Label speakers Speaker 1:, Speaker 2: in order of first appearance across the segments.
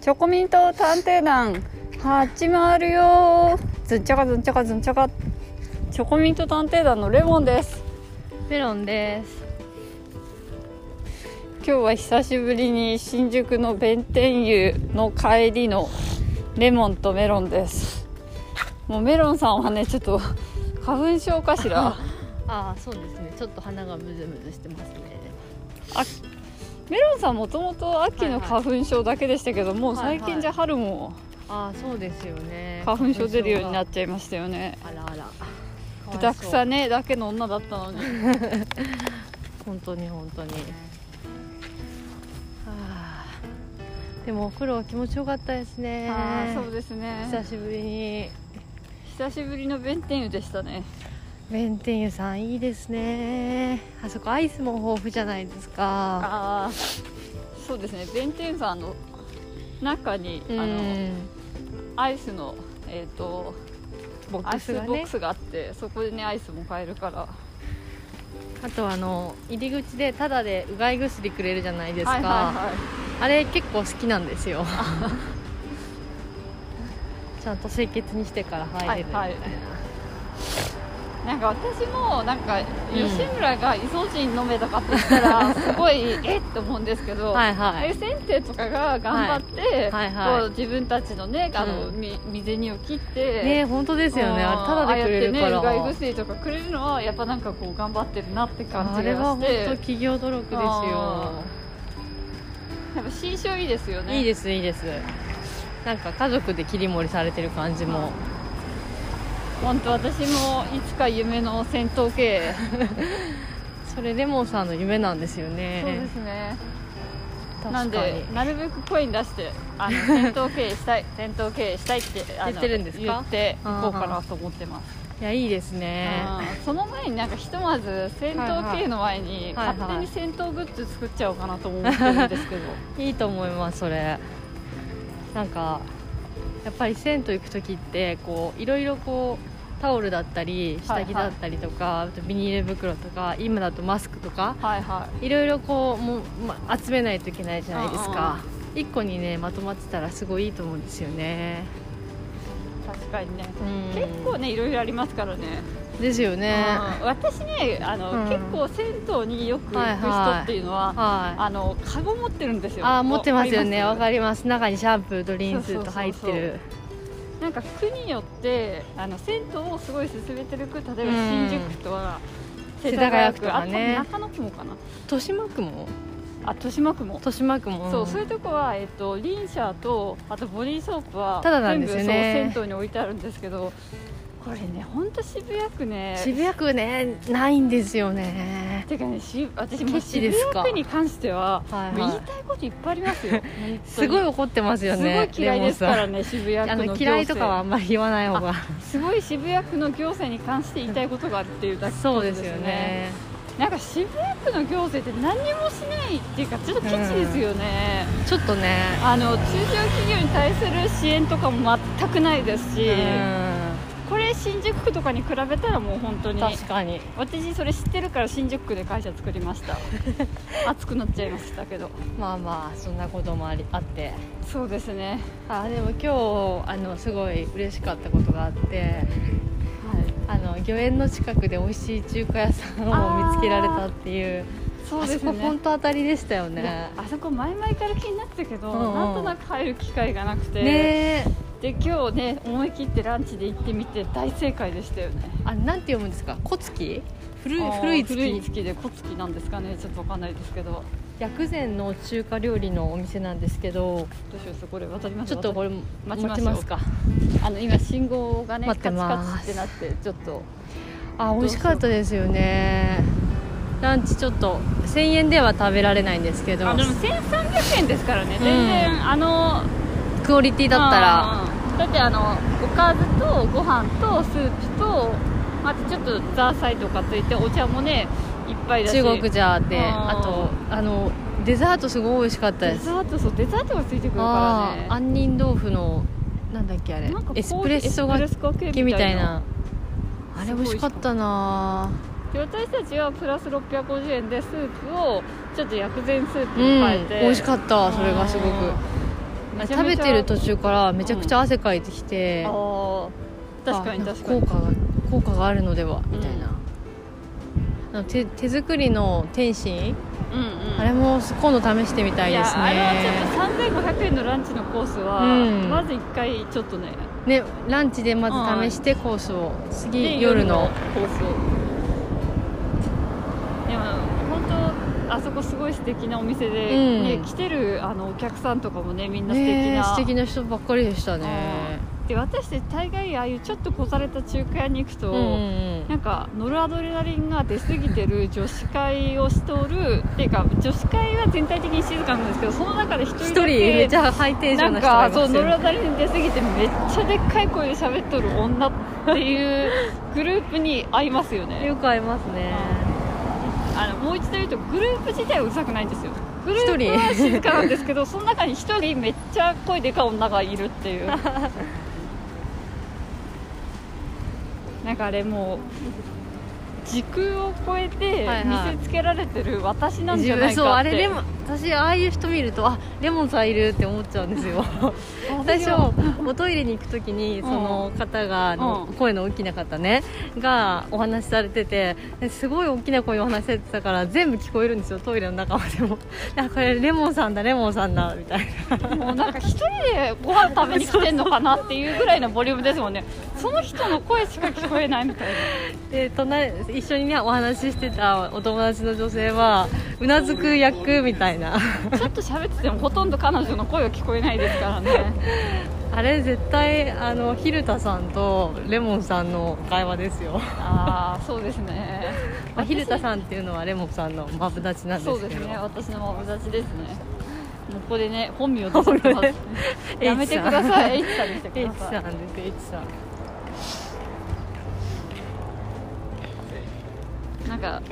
Speaker 1: チョコミント探偵団始まるよずんちゃかずんちゃかずんちゃかチョコミント探偵団のレモンです
Speaker 2: メロンです
Speaker 1: 今日は久しぶりに新宿の弁天湯の帰りのレモンとメロンですもうメロンさんはねちょっと花粉症かしら
Speaker 2: ああそうですねちょっと鼻がムズムズしてますね
Speaker 1: メロンさんもともと秋の花粉症だけでしたけど、もう最近じゃ春も
Speaker 2: ああそうですよね
Speaker 1: 花粉症出るようにな
Speaker 2: っ
Speaker 1: っちゃいましたよね
Speaker 2: あらあら
Speaker 1: 豚草
Speaker 2: ね
Speaker 1: ねだけの女だったのに
Speaker 2: 本当に本当にああでもお風呂気持ちよかったですね
Speaker 1: あーそうですね
Speaker 2: 久しぶりに
Speaker 1: 久しぶりの弁天湯でしたね
Speaker 2: 弁天湯さんいいですねあそこアイスも豊富じゃないですか
Speaker 1: ああそうですね弁天湯さんの中に、
Speaker 2: うん
Speaker 1: あのアイスのえっ、と
Speaker 2: ボッ
Speaker 1: アイ
Speaker 2: クス
Speaker 1: ス
Speaker 2: が
Speaker 1: ボッ
Speaker 2: ね
Speaker 1: クスがあって、そこでねアイスも買えるから
Speaker 2: あとあの入り口でタダでうがい薬くれるじゃないですか、
Speaker 1: はいはいはい
Speaker 2: あれ結構好きなんです よちゃんと清潔にしてから入れるみたいな、
Speaker 1: はいなんか私もなんか
Speaker 2: うん
Speaker 1: 吉村がイソジン飲めとかって言った らすごいえっと思うんですけど、
Speaker 2: はいはい
Speaker 1: え先生とかが頑張って、
Speaker 2: はいはいはい
Speaker 1: こう自分たちのねあの、
Speaker 2: うん
Speaker 1: み身銭を切って、
Speaker 2: ね本当ですよねあれタダでくれるか
Speaker 1: ああや
Speaker 2: ら
Speaker 1: ってねうがい薬とかくれるのはやっぱなんかこう頑張ってるなって感
Speaker 2: あ
Speaker 1: じ
Speaker 2: れ
Speaker 1: が
Speaker 2: は
Speaker 1: し
Speaker 2: 本
Speaker 1: て
Speaker 2: 当企業努力ですよ
Speaker 1: あやっぱ新商いいですよね
Speaker 2: いいですいいですなんか家族で切り盛りされてる感じも
Speaker 1: 本当私もいつか夢の戦闘系
Speaker 2: それレモンさんの夢なんです よ
Speaker 1: そうで
Speaker 2: ね
Speaker 1: すね
Speaker 2: 確か
Speaker 1: なん
Speaker 2: に
Speaker 1: でなるべく声に出してあの戦闘経営したい 戦闘経営したいってあの
Speaker 2: 言ってるんですか
Speaker 1: 言っていこうかなと思ってます、
Speaker 2: いやいいですね
Speaker 1: あーその前になんかひとまず戦闘経営の前に
Speaker 2: はいはい
Speaker 1: 勝手に戦闘グッズ作っちゃおうかなとも思ってるんですけ ど
Speaker 2: いいと思いますそれなんかやっぱり銭湯行く時ってこういろいろこうタオルだったり
Speaker 1: はい
Speaker 2: 下着だったりとか、あとビニール袋とか今だとマスクとか
Speaker 1: はいはい
Speaker 2: ろいろこうもう、ま、集めないといけないじゃないですか一個にねまとまってたらすごいいいと思うんですよね
Speaker 1: い確かにね
Speaker 2: うん
Speaker 1: 結構ねいろいろありますからね、
Speaker 2: ですよね
Speaker 1: うん私ねあの、
Speaker 2: うん
Speaker 1: 結構銭湯によく行く人っていうのは、
Speaker 2: はい
Speaker 1: あのカゴ持ってるんですよ
Speaker 2: あー持ってますよねわか
Speaker 1: る
Speaker 2: ります中にシャンプードリンク
Speaker 1: そうそうそ
Speaker 2: と
Speaker 1: うそう
Speaker 2: 入ってる
Speaker 1: なんか区によってあの銭湯をすごい勧めてる区例えば
Speaker 2: うん
Speaker 1: 新宿区とは
Speaker 2: 世田谷区とかね
Speaker 1: あと中野区もかな
Speaker 2: 豊島区も
Speaker 1: あ豊島区も、
Speaker 2: 豊島区も
Speaker 1: そうそういうとこは、えっと、リンシャーとあとボディーソープは
Speaker 2: ただなんですよね
Speaker 1: 全部そう銭湯に置いてあるんですけどこれね本当渋谷区ね
Speaker 2: 渋谷区ねないんですよね
Speaker 1: てかねし私もう
Speaker 2: ケチ
Speaker 1: 渋
Speaker 2: ですか
Speaker 1: 谷区に関しては、
Speaker 2: はいはい
Speaker 1: もう言いたいこといっぱいあります よ
Speaker 2: すごい怒ってますよ
Speaker 1: すご
Speaker 2: ね
Speaker 1: い嫌いですか
Speaker 2: レモ
Speaker 1: らね渋
Speaker 2: ンさん
Speaker 1: 谷区
Speaker 2: あ
Speaker 1: の行
Speaker 2: の
Speaker 1: 政
Speaker 2: 嫌いとかはあんまり言わない方が
Speaker 1: すごい渋谷区の行政に関して言いたいことがあるっていうだけ
Speaker 2: そうですよね
Speaker 1: なんか渋谷区の行政って何にもしないっていうかちょっとケチですよね、
Speaker 2: ちょっとね
Speaker 1: あの中小企業に対する支援とかも全くないですし、
Speaker 2: う
Speaker 1: これ新宿区とかに比べたらもう本当
Speaker 2: ん
Speaker 1: に
Speaker 2: 確かに
Speaker 1: 私それ知ってるから新宿区で会社作りました熱くなっちゃいましたけど
Speaker 2: まあまあそんなこともありあって
Speaker 1: そうですね
Speaker 2: あでも今日あのすごい嬉しかったことがあって
Speaker 1: はい
Speaker 2: あの御苑の近くで美味しい中華屋さんを見つけられたっていうあ
Speaker 1: そうで
Speaker 2: そ
Speaker 1: すね
Speaker 2: こ本当当たりでしたよ
Speaker 1: いや
Speaker 2: ね
Speaker 1: あそこ前々から気になってたけど、
Speaker 2: うんうん
Speaker 1: なんとなく入る機会がなくて、
Speaker 2: ねえ
Speaker 1: で今日ね思い切ってランチで行ってみて大正解でしたよね
Speaker 2: あなんて読むんですか「小月」古
Speaker 1: あ
Speaker 2: い
Speaker 1: ー
Speaker 2: 古い
Speaker 1: 古い
Speaker 2: 月
Speaker 1: 月で小月なんですかねちょっとわかんないですけど
Speaker 2: 薬膳の中華料理のお店なんですけど
Speaker 1: どうしようこれ渡ります
Speaker 2: ちょっとこれ待
Speaker 1: 待
Speaker 2: ち
Speaker 1: ち
Speaker 2: ま
Speaker 1: ますしょう
Speaker 2: か
Speaker 1: あの今信号がね
Speaker 2: 待ってます
Speaker 1: カチカチってなってちょっと
Speaker 2: あ美味しかったですよねランチちょっと1000円では食べられないんですけど
Speaker 1: あでも1300円ですからね
Speaker 2: うん
Speaker 1: 全然、あの
Speaker 2: クオリティだったら
Speaker 1: うんだってあのおかずとご飯とスープとあとちょっとザーサイとかついてお茶もねいっぱいだし
Speaker 2: 中国
Speaker 1: デ
Speaker 2: じゃで
Speaker 1: うん
Speaker 2: あとあのデザートすごい美味しかった
Speaker 1: ザ
Speaker 2: です
Speaker 1: ートそうデザートがついてくるから
Speaker 2: あ
Speaker 1: ね
Speaker 2: あ杏仁豆腐のなんだっけあれ
Speaker 1: なんかコーヒー
Speaker 2: エスプレッソ
Speaker 1: エ
Speaker 2: が
Speaker 1: スプレッソ系
Speaker 2: けみたいなあ
Speaker 1: みたいな
Speaker 2: れ美味しかったな
Speaker 1: で私たちはプラス650円でスープをちょっと薬膳スープ
Speaker 2: う
Speaker 1: に
Speaker 2: ん
Speaker 1: 変えて、
Speaker 2: 美味しかったそれがすご
Speaker 1: うん
Speaker 2: く
Speaker 1: めちゃ
Speaker 2: 食
Speaker 1: め
Speaker 2: べ
Speaker 1: ちゃ
Speaker 2: てる途中からめちゃくちゃ汗かいてきて、
Speaker 1: ああ確かに
Speaker 2: あなん
Speaker 1: 確かに
Speaker 2: 効果が効果があるのではみたいな、あの手手作りの天津、
Speaker 1: うんうん
Speaker 2: あれも今度試してみたい
Speaker 1: い
Speaker 2: で
Speaker 1: や
Speaker 2: す
Speaker 1: あれ
Speaker 2: ね
Speaker 1: はちょっと3500円のランチのコースは、
Speaker 2: うん
Speaker 1: まず1回ちょっとね
Speaker 2: ねランチでまず試してコースを
Speaker 1: で
Speaker 2: 次夜の
Speaker 1: コースをでも本当あそこすごい素敵なお店で、
Speaker 2: うん
Speaker 1: ね、来てるあのお客さんとかもねみんな素敵
Speaker 2: ね
Speaker 1: な、
Speaker 2: 素敵な人ばっかりでしたね
Speaker 1: で私たち大概ああいうちょっとこされた中華屋に行くと、
Speaker 2: うんうん
Speaker 1: なんかノルアドレナリンが出過ぎてる女子会をしとるっていうか女子会は全体的に静かなんですけどその中で一
Speaker 2: 一
Speaker 1: 人
Speaker 2: 人
Speaker 1: だ
Speaker 2: め
Speaker 1: け
Speaker 2: ちゃハイテンショ
Speaker 1: な
Speaker 2: ンなん人がい
Speaker 1: か
Speaker 2: ます
Speaker 1: そうノ
Speaker 2: よ
Speaker 1: ルアドレナリン出過ぎてめっちゃでっかい声で喋っとる女っていうグループに合いますよね
Speaker 2: よく合いますね
Speaker 1: あのもう一度言うとグループ自体はうるさくないんですよグループは
Speaker 2: 一人
Speaker 1: 静かなんですけどその中に一人めっちゃ声でかい女がいるって いうなんかあれもう時空を超えて
Speaker 2: はいはい
Speaker 1: 見せつけられてる私なんじ
Speaker 2: 自
Speaker 1: ゃな
Speaker 2: 分
Speaker 1: い
Speaker 2: そう
Speaker 1: か
Speaker 2: あ
Speaker 1: って、
Speaker 2: れレモン私ああいう人見るとあレモンさんいるって思っちゃうんですよ最初おトイレに行く時にその方が、の
Speaker 1: うん
Speaker 2: 声の大きな方ねがお話しされててですごい大きな声でお話しされてたから全部聞こえるんですよトイレの中までも あこれレモンさんだレモンさんだみたいな
Speaker 1: もうなんか一人でご飯食べに来てんのかなっていうぐらいのボリュームですもんねその人の声しか聞こえないみたいな
Speaker 2: で隣一緒にねお話ししてたお友達の女性はうなずく役みたいな
Speaker 1: ちょっと喋っててもほとんど彼女の声は聞こえないですからね
Speaker 2: あれ絶対あの蛭田さんとレモンさんの会話ですよ
Speaker 1: ああそうですね
Speaker 2: まあ、蛭田さんっていうのはレモンさんのマブダチなんで
Speaker 1: そう
Speaker 2: す
Speaker 1: で
Speaker 2: け
Speaker 1: す
Speaker 2: ど
Speaker 1: ね私のマブダチですねもうここでね本名を出されてますね
Speaker 2: 名
Speaker 1: やめてください H さんにしてく
Speaker 2: エイ
Speaker 1: だ
Speaker 2: チさ
Speaker 1: さ
Speaker 2: んですエイチさん
Speaker 1: いなんか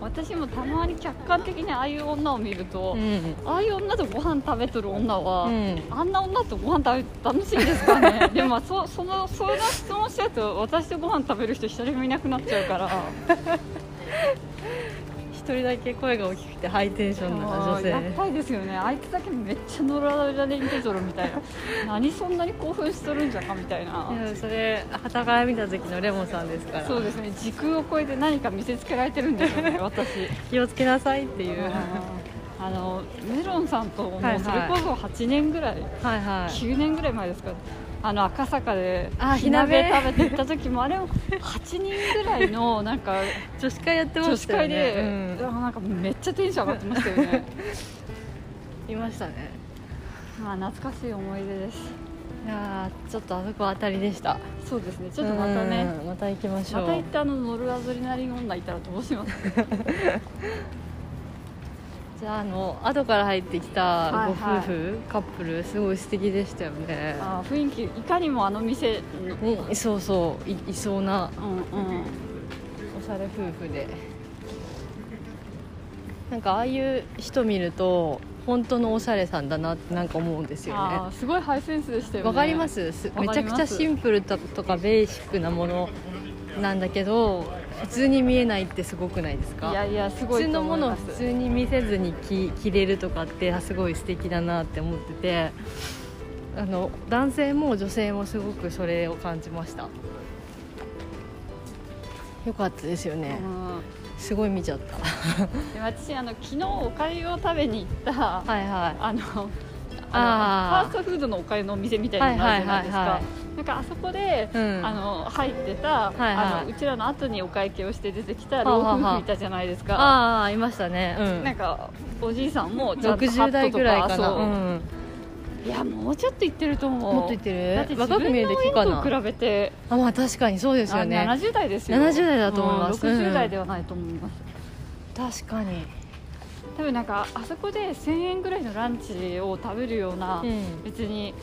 Speaker 1: 私もたまに客観的にああいう女を見ると、
Speaker 2: うん、
Speaker 1: ああいう女とご飯食べとる女は、
Speaker 2: うん
Speaker 1: あんな女とご飯食べて楽しいんですかね でもまあそそのそんな質問しちゃうと私とご飯食べる人一人もいなくなっちゃうから
Speaker 2: 一人だけ声が大きくてハイテンションな女
Speaker 1: やっ
Speaker 2: 性
Speaker 1: ぱりですよねあいつだけめっちゃノラノラで見てとるみたいな何そんなに興奮しとるんじゃかみたいない
Speaker 2: やそれ傍から見た時のレモンさんですから
Speaker 1: そうですね時空を超えて何か見せつけられてるんですよ ね私
Speaker 2: 気をつけなさいっていうは
Speaker 1: あのメロンさんともうそ
Speaker 2: はいは
Speaker 1: れ
Speaker 2: い
Speaker 1: こそ8年ぐらい、
Speaker 2: いはい
Speaker 1: 9年ぐらい前ですかあの赤坂で
Speaker 2: あ
Speaker 1: 火
Speaker 2: 火
Speaker 1: 鍋
Speaker 2: 鍋
Speaker 1: 食べて行った時もあれも8人ぐらいのなんか
Speaker 2: 女子会やってま
Speaker 1: 女
Speaker 2: し
Speaker 1: 子
Speaker 2: たよ
Speaker 1: 会
Speaker 2: ね
Speaker 1: で、うわなんかめっちゃテンション上がってましたよ ね
Speaker 2: うん、いましたね
Speaker 1: まあ懐かしい思い出です
Speaker 2: いやーちょっとあそこ当たりでした
Speaker 1: そうですねちょっとまたね、
Speaker 2: うんまた行きましょ
Speaker 1: ま
Speaker 2: う
Speaker 1: た行ってあのノルアドレナリン女いたらどうします
Speaker 2: じゃああの後から入ってきたご夫婦、
Speaker 1: はい
Speaker 2: カップルすごい素敵でしたよね
Speaker 1: あー雰囲気いかにもあの店うん
Speaker 2: ねそうそういいそうな
Speaker 1: うん
Speaker 2: おしゃれ夫婦でなんかああいう人見ると本当のおしゃれさんだなってなんか思うんですよ
Speaker 1: あ
Speaker 2: ね
Speaker 1: ーすごいハイセンスでしたよね
Speaker 2: わかりますす
Speaker 1: わ
Speaker 2: め
Speaker 1: か
Speaker 2: ちゃ
Speaker 1: り
Speaker 2: く
Speaker 1: ます
Speaker 2: ちゃシンプルととかベーシックなものなんだけど普通に見えないってすごくないで
Speaker 1: い
Speaker 2: す
Speaker 1: や
Speaker 2: か
Speaker 1: いやすご
Speaker 2: 普
Speaker 1: い
Speaker 2: 通
Speaker 1: と
Speaker 2: のも
Speaker 1: 思い
Speaker 2: のを
Speaker 1: ます
Speaker 2: 普通に見せずに着着れるとかってあすごい素敵だなって思っててあの男性も女性もすごくそれを感じましたよかったですよね、
Speaker 1: う
Speaker 2: すごい見ちゃった。
Speaker 1: ん、で私あの昨日おかゆを食べに行った、
Speaker 2: はいは
Speaker 1: あのあの
Speaker 2: あ
Speaker 1: ファ
Speaker 2: ー
Speaker 1: ーストフードのおかゆのお店みたいなのがあるじゃないですか、
Speaker 2: はいはいはいは
Speaker 1: なんかあそこで、
Speaker 2: うん
Speaker 1: あの入ってた、
Speaker 2: いはい
Speaker 1: あのうちらの後にお会計をして出てきた老
Speaker 2: はは
Speaker 1: 夫
Speaker 2: は
Speaker 1: 婦いたじゃないですか
Speaker 2: ああ、いましたね。うん。
Speaker 1: なんかおじいさんもちゃんとハッ
Speaker 2: 60
Speaker 1: ト
Speaker 2: 代
Speaker 1: と
Speaker 2: ぐらいかな。
Speaker 1: そう
Speaker 2: うん。
Speaker 1: いやもうちょっといってると思う
Speaker 2: もっといって
Speaker 1: だって
Speaker 2: る
Speaker 1: 自
Speaker 2: 若く見え
Speaker 1: 分の
Speaker 2: るだけ
Speaker 1: 親
Speaker 2: か
Speaker 1: と
Speaker 2: な。
Speaker 1: 比べて、
Speaker 2: あ、まあ確かにそうです
Speaker 1: あ
Speaker 2: よね。
Speaker 1: 70代ですよ
Speaker 2: 70代だと思います
Speaker 1: うん
Speaker 2: うん
Speaker 1: 60代ではないと思います、
Speaker 2: 確かに。
Speaker 1: 多分なんかあそこで1000円ぐらいのランチを食べるような、
Speaker 2: うん。
Speaker 1: 別に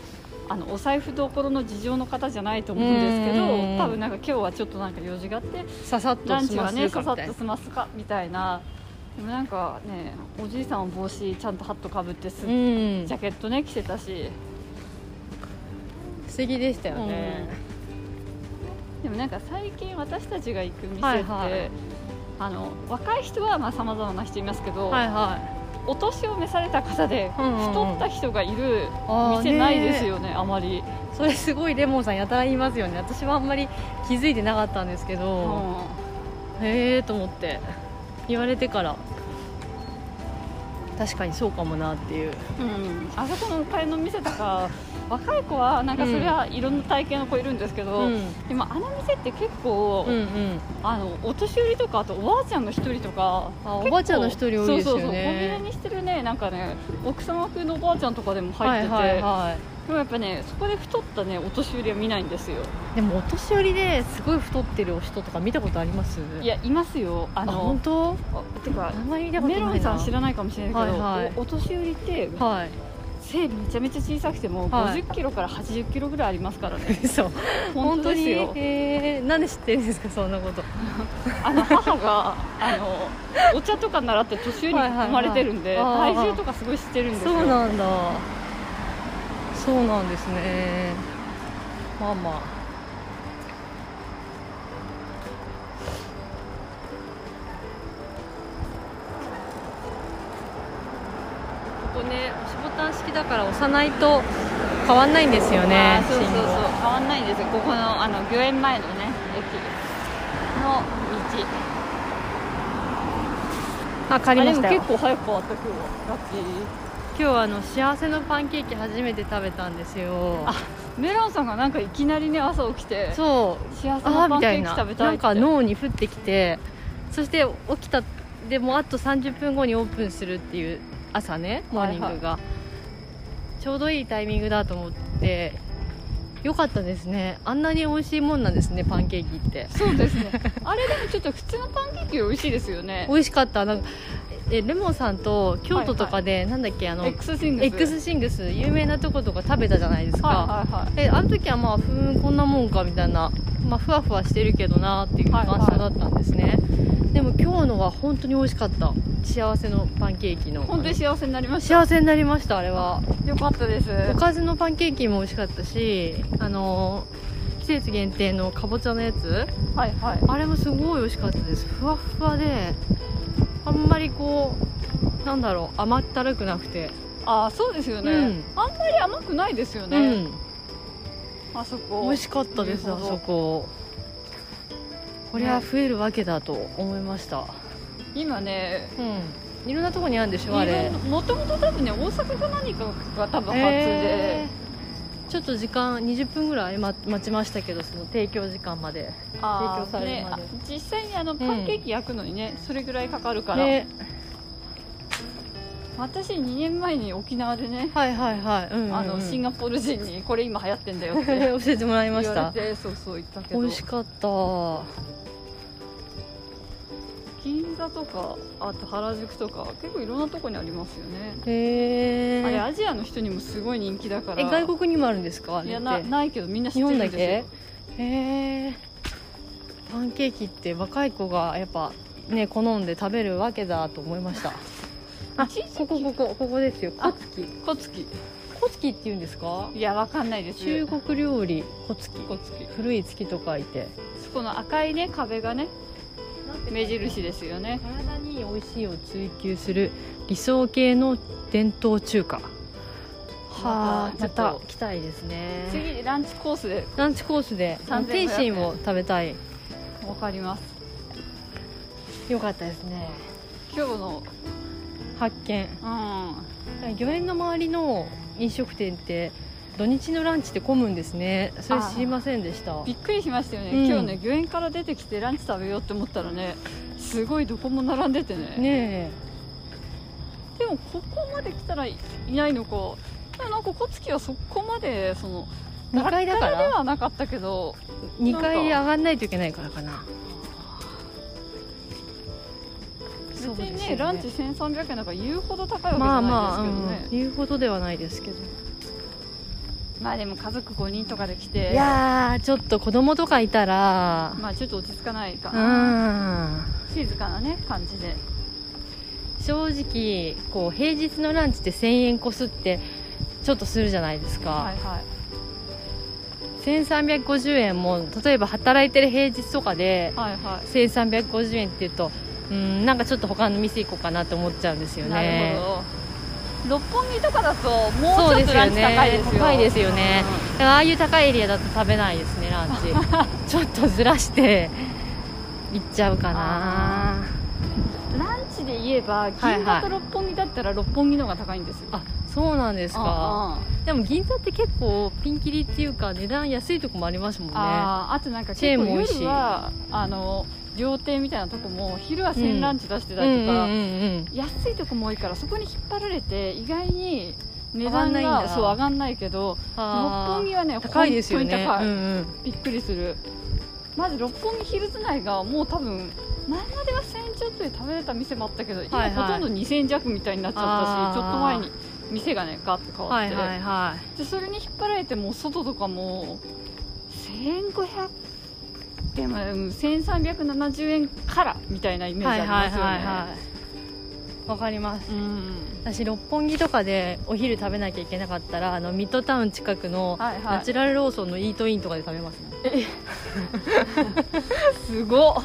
Speaker 1: あのお財布どころの事情の方じゃないと思うんですけど、
Speaker 2: うんうんうん
Speaker 1: 多分なんか今日はちょっとなんか用事があって
Speaker 2: ささっと
Speaker 1: ラン
Speaker 2: 済
Speaker 1: チは
Speaker 2: ませ
Speaker 1: ね
Speaker 2: る
Speaker 1: ささ
Speaker 2: か
Speaker 1: っ
Speaker 2: みたい
Speaker 1: と
Speaker 2: な。
Speaker 1: 済ますかみたいなでもなんかねおじいさんは帽子ちゃんとハットかぶってす、
Speaker 2: うん
Speaker 1: ジ。ャケットね着てたし
Speaker 2: 素敵でしたよね。
Speaker 1: でもなんか最近私たちが行く店って、
Speaker 2: はいはい
Speaker 1: あの若い人はまあ様々な人いますけど、
Speaker 2: はいは
Speaker 1: お年を召された方で
Speaker 2: うんうんう
Speaker 1: 太
Speaker 2: ん
Speaker 1: った人がいる
Speaker 2: あー
Speaker 1: 店ないです
Speaker 2: ね
Speaker 1: よねあまり、
Speaker 2: それすごいレモンさんやたら言いますよね私はあんまり気づいてなかったんですけ
Speaker 1: う
Speaker 2: ど、
Speaker 1: ん
Speaker 2: へえと思って言われてから確かにそうかもなっていう
Speaker 1: うん、あそこのお買いの店とか若い子はなんかそりゃいろんな体型の子いるんですけど、
Speaker 2: うん
Speaker 1: 今あの店って結構、
Speaker 2: うんうん
Speaker 1: あのお年寄りとかあとおばあちゃんの一人とか
Speaker 2: あおばあちゃんの一人多いですよね
Speaker 1: そうそうそう小部屋にしてるねなんかね奥様風のおばあちゃんとかでも
Speaker 2: は
Speaker 1: 入っ
Speaker 2: い
Speaker 1: てて、
Speaker 2: はいはい
Speaker 1: でもやっぱねそこで太ったねお年寄りは見ないんですよ
Speaker 2: でもお年寄りですごい太ってる人とか見たことあります
Speaker 1: いやいますよあ
Speaker 2: あ
Speaker 1: の
Speaker 2: 本当
Speaker 1: てか
Speaker 2: あんまり見たことな
Speaker 1: メ
Speaker 2: いな
Speaker 1: ロンさん知らないかもしれないけど、
Speaker 2: はいはい
Speaker 1: おお年寄りって
Speaker 2: はい
Speaker 1: 背めちゃめちゃ小さくても
Speaker 2: は
Speaker 1: 5
Speaker 2: い
Speaker 1: 0キロから8 0キロぐらいありますからね
Speaker 2: そう
Speaker 1: 本当ですよ
Speaker 2: にえーなんで知ってるんですかそんなこと
Speaker 1: あの母があのお茶とか習って年寄りに生まれてるんで、
Speaker 2: はいはいはいあー
Speaker 1: 体重とかすごい知ってるんですよ
Speaker 2: そうなんだそうなんですねまあまあここね押しボタン式だから押さないと変わんないんですよね
Speaker 1: あーそうそうそう
Speaker 2: 信号
Speaker 1: 変わんないんですよここのあの御苑前のね駅の道
Speaker 2: あ借りまし
Speaker 1: あ
Speaker 2: たよ
Speaker 1: でも結構早く変わった今日はラッキー
Speaker 2: 今日はあの幸せのパンケーキ初めて食べたんですよ
Speaker 1: あメロンさんがなんかいきなりね朝起きて
Speaker 2: そう
Speaker 1: 幸せ
Speaker 2: あ
Speaker 1: なパ
Speaker 2: ーみ
Speaker 1: ンケ
Speaker 2: た
Speaker 1: ー
Speaker 2: い
Speaker 1: キ
Speaker 2: な
Speaker 1: 食べ
Speaker 2: な
Speaker 1: たい
Speaker 2: ん
Speaker 1: って
Speaker 2: か脳に降ってきてそして起きたでもうあと30分後にオープンするっていう朝ねモーニングが、
Speaker 1: はい
Speaker 2: ちょうどいいタイミングだと思ってよかったですねあんなに美味しいもんなんですねパンケーキって
Speaker 1: そうですねあれでもちょっと普通のパンケーキより美味しいですよね
Speaker 2: 美味しかったなんかえレモンさんと京都とかで、なんだっけあの
Speaker 1: X シングス
Speaker 2: X シングス有名なとことか食べたじゃないですか、
Speaker 1: はいはいはい
Speaker 2: えあの時はまあふーんこんなもんかみたいな、まあ、ふわふわしてるけどなっていう感想だったんですね、でも今日のは本当に美味しかった幸せのパンケーキの
Speaker 1: 本当に幸せになりまし
Speaker 2: 幸せになりましたあれは
Speaker 1: たよかったです
Speaker 2: おかずのパンケーキも美味しかったしあのー季節限定のかぼちゃのやつ
Speaker 1: はいはい
Speaker 2: あれもすごい美味しかったですふわっふわであんまりこうなんだろう甘ったるくなくて、
Speaker 1: ああそうですよね、
Speaker 2: うん
Speaker 1: あんまり甘くないですよね、あそこ
Speaker 2: 美味しかったです
Speaker 1: な
Speaker 2: あ
Speaker 1: るほど
Speaker 2: そここれは増えるわけだと思いました、
Speaker 1: 今ね
Speaker 2: うんいろんなとこにあるんでしょあれ
Speaker 1: もともと多分ね大阪か何かが多分初で、
Speaker 2: へーちょっと時間20分ぐらいま待ちましたけどその提供時間まで
Speaker 1: あー
Speaker 2: 提供されるまで
Speaker 1: ね、あ実際にあのパンケーキ焼くのにね、それぐらいかかるから、
Speaker 2: ね
Speaker 1: 私2年前に沖縄でね、
Speaker 2: はいはいはい、うんうんうん
Speaker 1: あのシンガポール人にこれ今流行ってんだよ って言
Speaker 2: 教えてもらいま
Speaker 1: わ
Speaker 2: し
Speaker 1: れ
Speaker 2: た
Speaker 1: てそうそう言ったけ
Speaker 2: 美
Speaker 1: ど
Speaker 2: 味しかった
Speaker 1: 銀座とかあと原宿とか結構いろんなとこにありますよね、
Speaker 2: へ
Speaker 1: あれ
Speaker 2: ー
Speaker 1: アジアの人にもすごい人気だから
Speaker 2: え外国にもあるんですかあ
Speaker 1: い
Speaker 2: れ
Speaker 1: や
Speaker 2: って
Speaker 1: なないけどみんな知
Speaker 2: 日
Speaker 1: ってる
Speaker 2: 本
Speaker 1: ん
Speaker 2: だ
Speaker 1: ですよ
Speaker 2: けへえパンケーキって若い子がやっぱね好んで食べるわけだと思いましたあ
Speaker 1: 一時期
Speaker 2: ここここここですよコツキ
Speaker 1: コツキ
Speaker 2: コツキって言うんですか
Speaker 1: いやわかんないです
Speaker 2: 中国料理コツキ
Speaker 1: コツキ
Speaker 2: 古い月と書いて
Speaker 1: この赤いね壁がね目印ですよね
Speaker 2: 体に美味しいを追求する理想系の伝統中華はあ
Speaker 1: ま
Speaker 2: ま
Speaker 1: た
Speaker 2: た来たいですね
Speaker 1: 次ランチコースで
Speaker 2: ランチコースで
Speaker 1: 3500
Speaker 2: 天津を食べたい
Speaker 1: わかります
Speaker 2: よかったですね
Speaker 1: 今日の
Speaker 2: 発見
Speaker 1: うん
Speaker 2: 漁園の周りの飲食店って土日のランチって混むんですねそれ知りませんでした
Speaker 1: びっくりしましたよね、
Speaker 2: うん
Speaker 1: 今日ね御苑から出てきてランチ食べようって思ったらねすごいどこも並んでてね
Speaker 2: ね
Speaker 1: でもここまで来たらいいないのかでもなんか小月はそこまでその
Speaker 2: え2階だか
Speaker 1: で
Speaker 2: ら
Speaker 1: はなかったけど
Speaker 2: 2階上がんないといけないからかな
Speaker 1: 別
Speaker 2: そうです
Speaker 1: に
Speaker 2: よ
Speaker 1: ね
Speaker 2: ね
Speaker 1: ランチ1300円だから言うほど高いわけじ
Speaker 2: ま
Speaker 1: ゃ
Speaker 2: あま
Speaker 1: な
Speaker 2: あ、う
Speaker 1: いですけどね、
Speaker 2: ん、言うほどではないですけど
Speaker 1: まあでも家族5人とかで来て
Speaker 2: いやーちょっと子供とかいたら
Speaker 1: まあちょっと落ち着かないか
Speaker 2: う
Speaker 1: な、
Speaker 2: ん
Speaker 1: 静かなね感じで
Speaker 2: 正直こう平日のランチって1000円こすってちょっとするじゃないですか、
Speaker 1: はいはい
Speaker 2: 1350円も例えば働いてる平日とかで
Speaker 1: はいはい
Speaker 2: 1350円って言うとうんなんかちょっと他の店行こうかなって思っちゃうんですよ
Speaker 1: な
Speaker 2: ね
Speaker 1: るほど六本木とかだともちょ
Speaker 2: そううで
Speaker 1: っと
Speaker 2: す
Speaker 1: ラ
Speaker 2: よ
Speaker 1: ンチ高いで
Speaker 2: ね
Speaker 1: すよ
Speaker 2: 高いですよね、だからああいう高いエリアだと食べないですねランチ ちょっとずらして行っちゃうかな
Speaker 1: ランチで言えば
Speaker 2: はい
Speaker 1: 銀座と六本木だったら六本木の方が高いんですよ、
Speaker 2: あそうなんですか
Speaker 1: あ
Speaker 2: でも銀座って結構ピンキリっていうか値段安いとこもありますもんね
Speaker 1: あーあとなんか
Speaker 2: チェ
Speaker 1: 結
Speaker 2: ーン
Speaker 1: 構
Speaker 2: も多いし
Speaker 1: 夜はあの料亭みたいなとこも昼は千ランチ出して
Speaker 2: うん
Speaker 1: た
Speaker 2: う
Speaker 1: り
Speaker 2: ん
Speaker 1: とか、
Speaker 2: うん
Speaker 1: 安いとこも多いからそこに引っ張られて意外に値
Speaker 2: 上が
Speaker 1: 段
Speaker 2: んないん
Speaker 1: が
Speaker 2: だ
Speaker 1: そう上がんないけど六
Speaker 2: あ
Speaker 1: 本木
Speaker 2: ー
Speaker 1: はね
Speaker 2: 高いですよね
Speaker 1: 本当に高い、
Speaker 2: うんうん
Speaker 1: びっくりするまず六本木ヒルズ内がもう多分前までは1000円ちょっとで食べれた店もあったけど、
Speaker 2: はい
Speaker 1: 今ほとんど2000弱みたいになっちゃったし
Speaker 2: あー
Speaker 1: ちょっと前に店がねガッと変わ
Speaker 2: は
Speaker 1: っ
Speaker 2: い
Speaker 1: て、
Speaker 2: はいはい
Speaker 1: でそれに引っ張られてもう外とかも1500でもうん1370円からみたいなイメー
Speaker 2: は
Speaker 1: ジ
Speaker 2: い
Speaker 1: あ
Speaker 2: はい
Speaker 1: りますよね、
Speaker 2: はいはいわかります
Speaker 1: うん
Speaker 2: 私六本木とかでお昼食べなきゃいけなかったらあのミッドタウン近くの
Speaker 1: はいは
Speaker 2: ナチュラルローソンのイートインとかで食べます、ね
Speaker 1: い、すごっ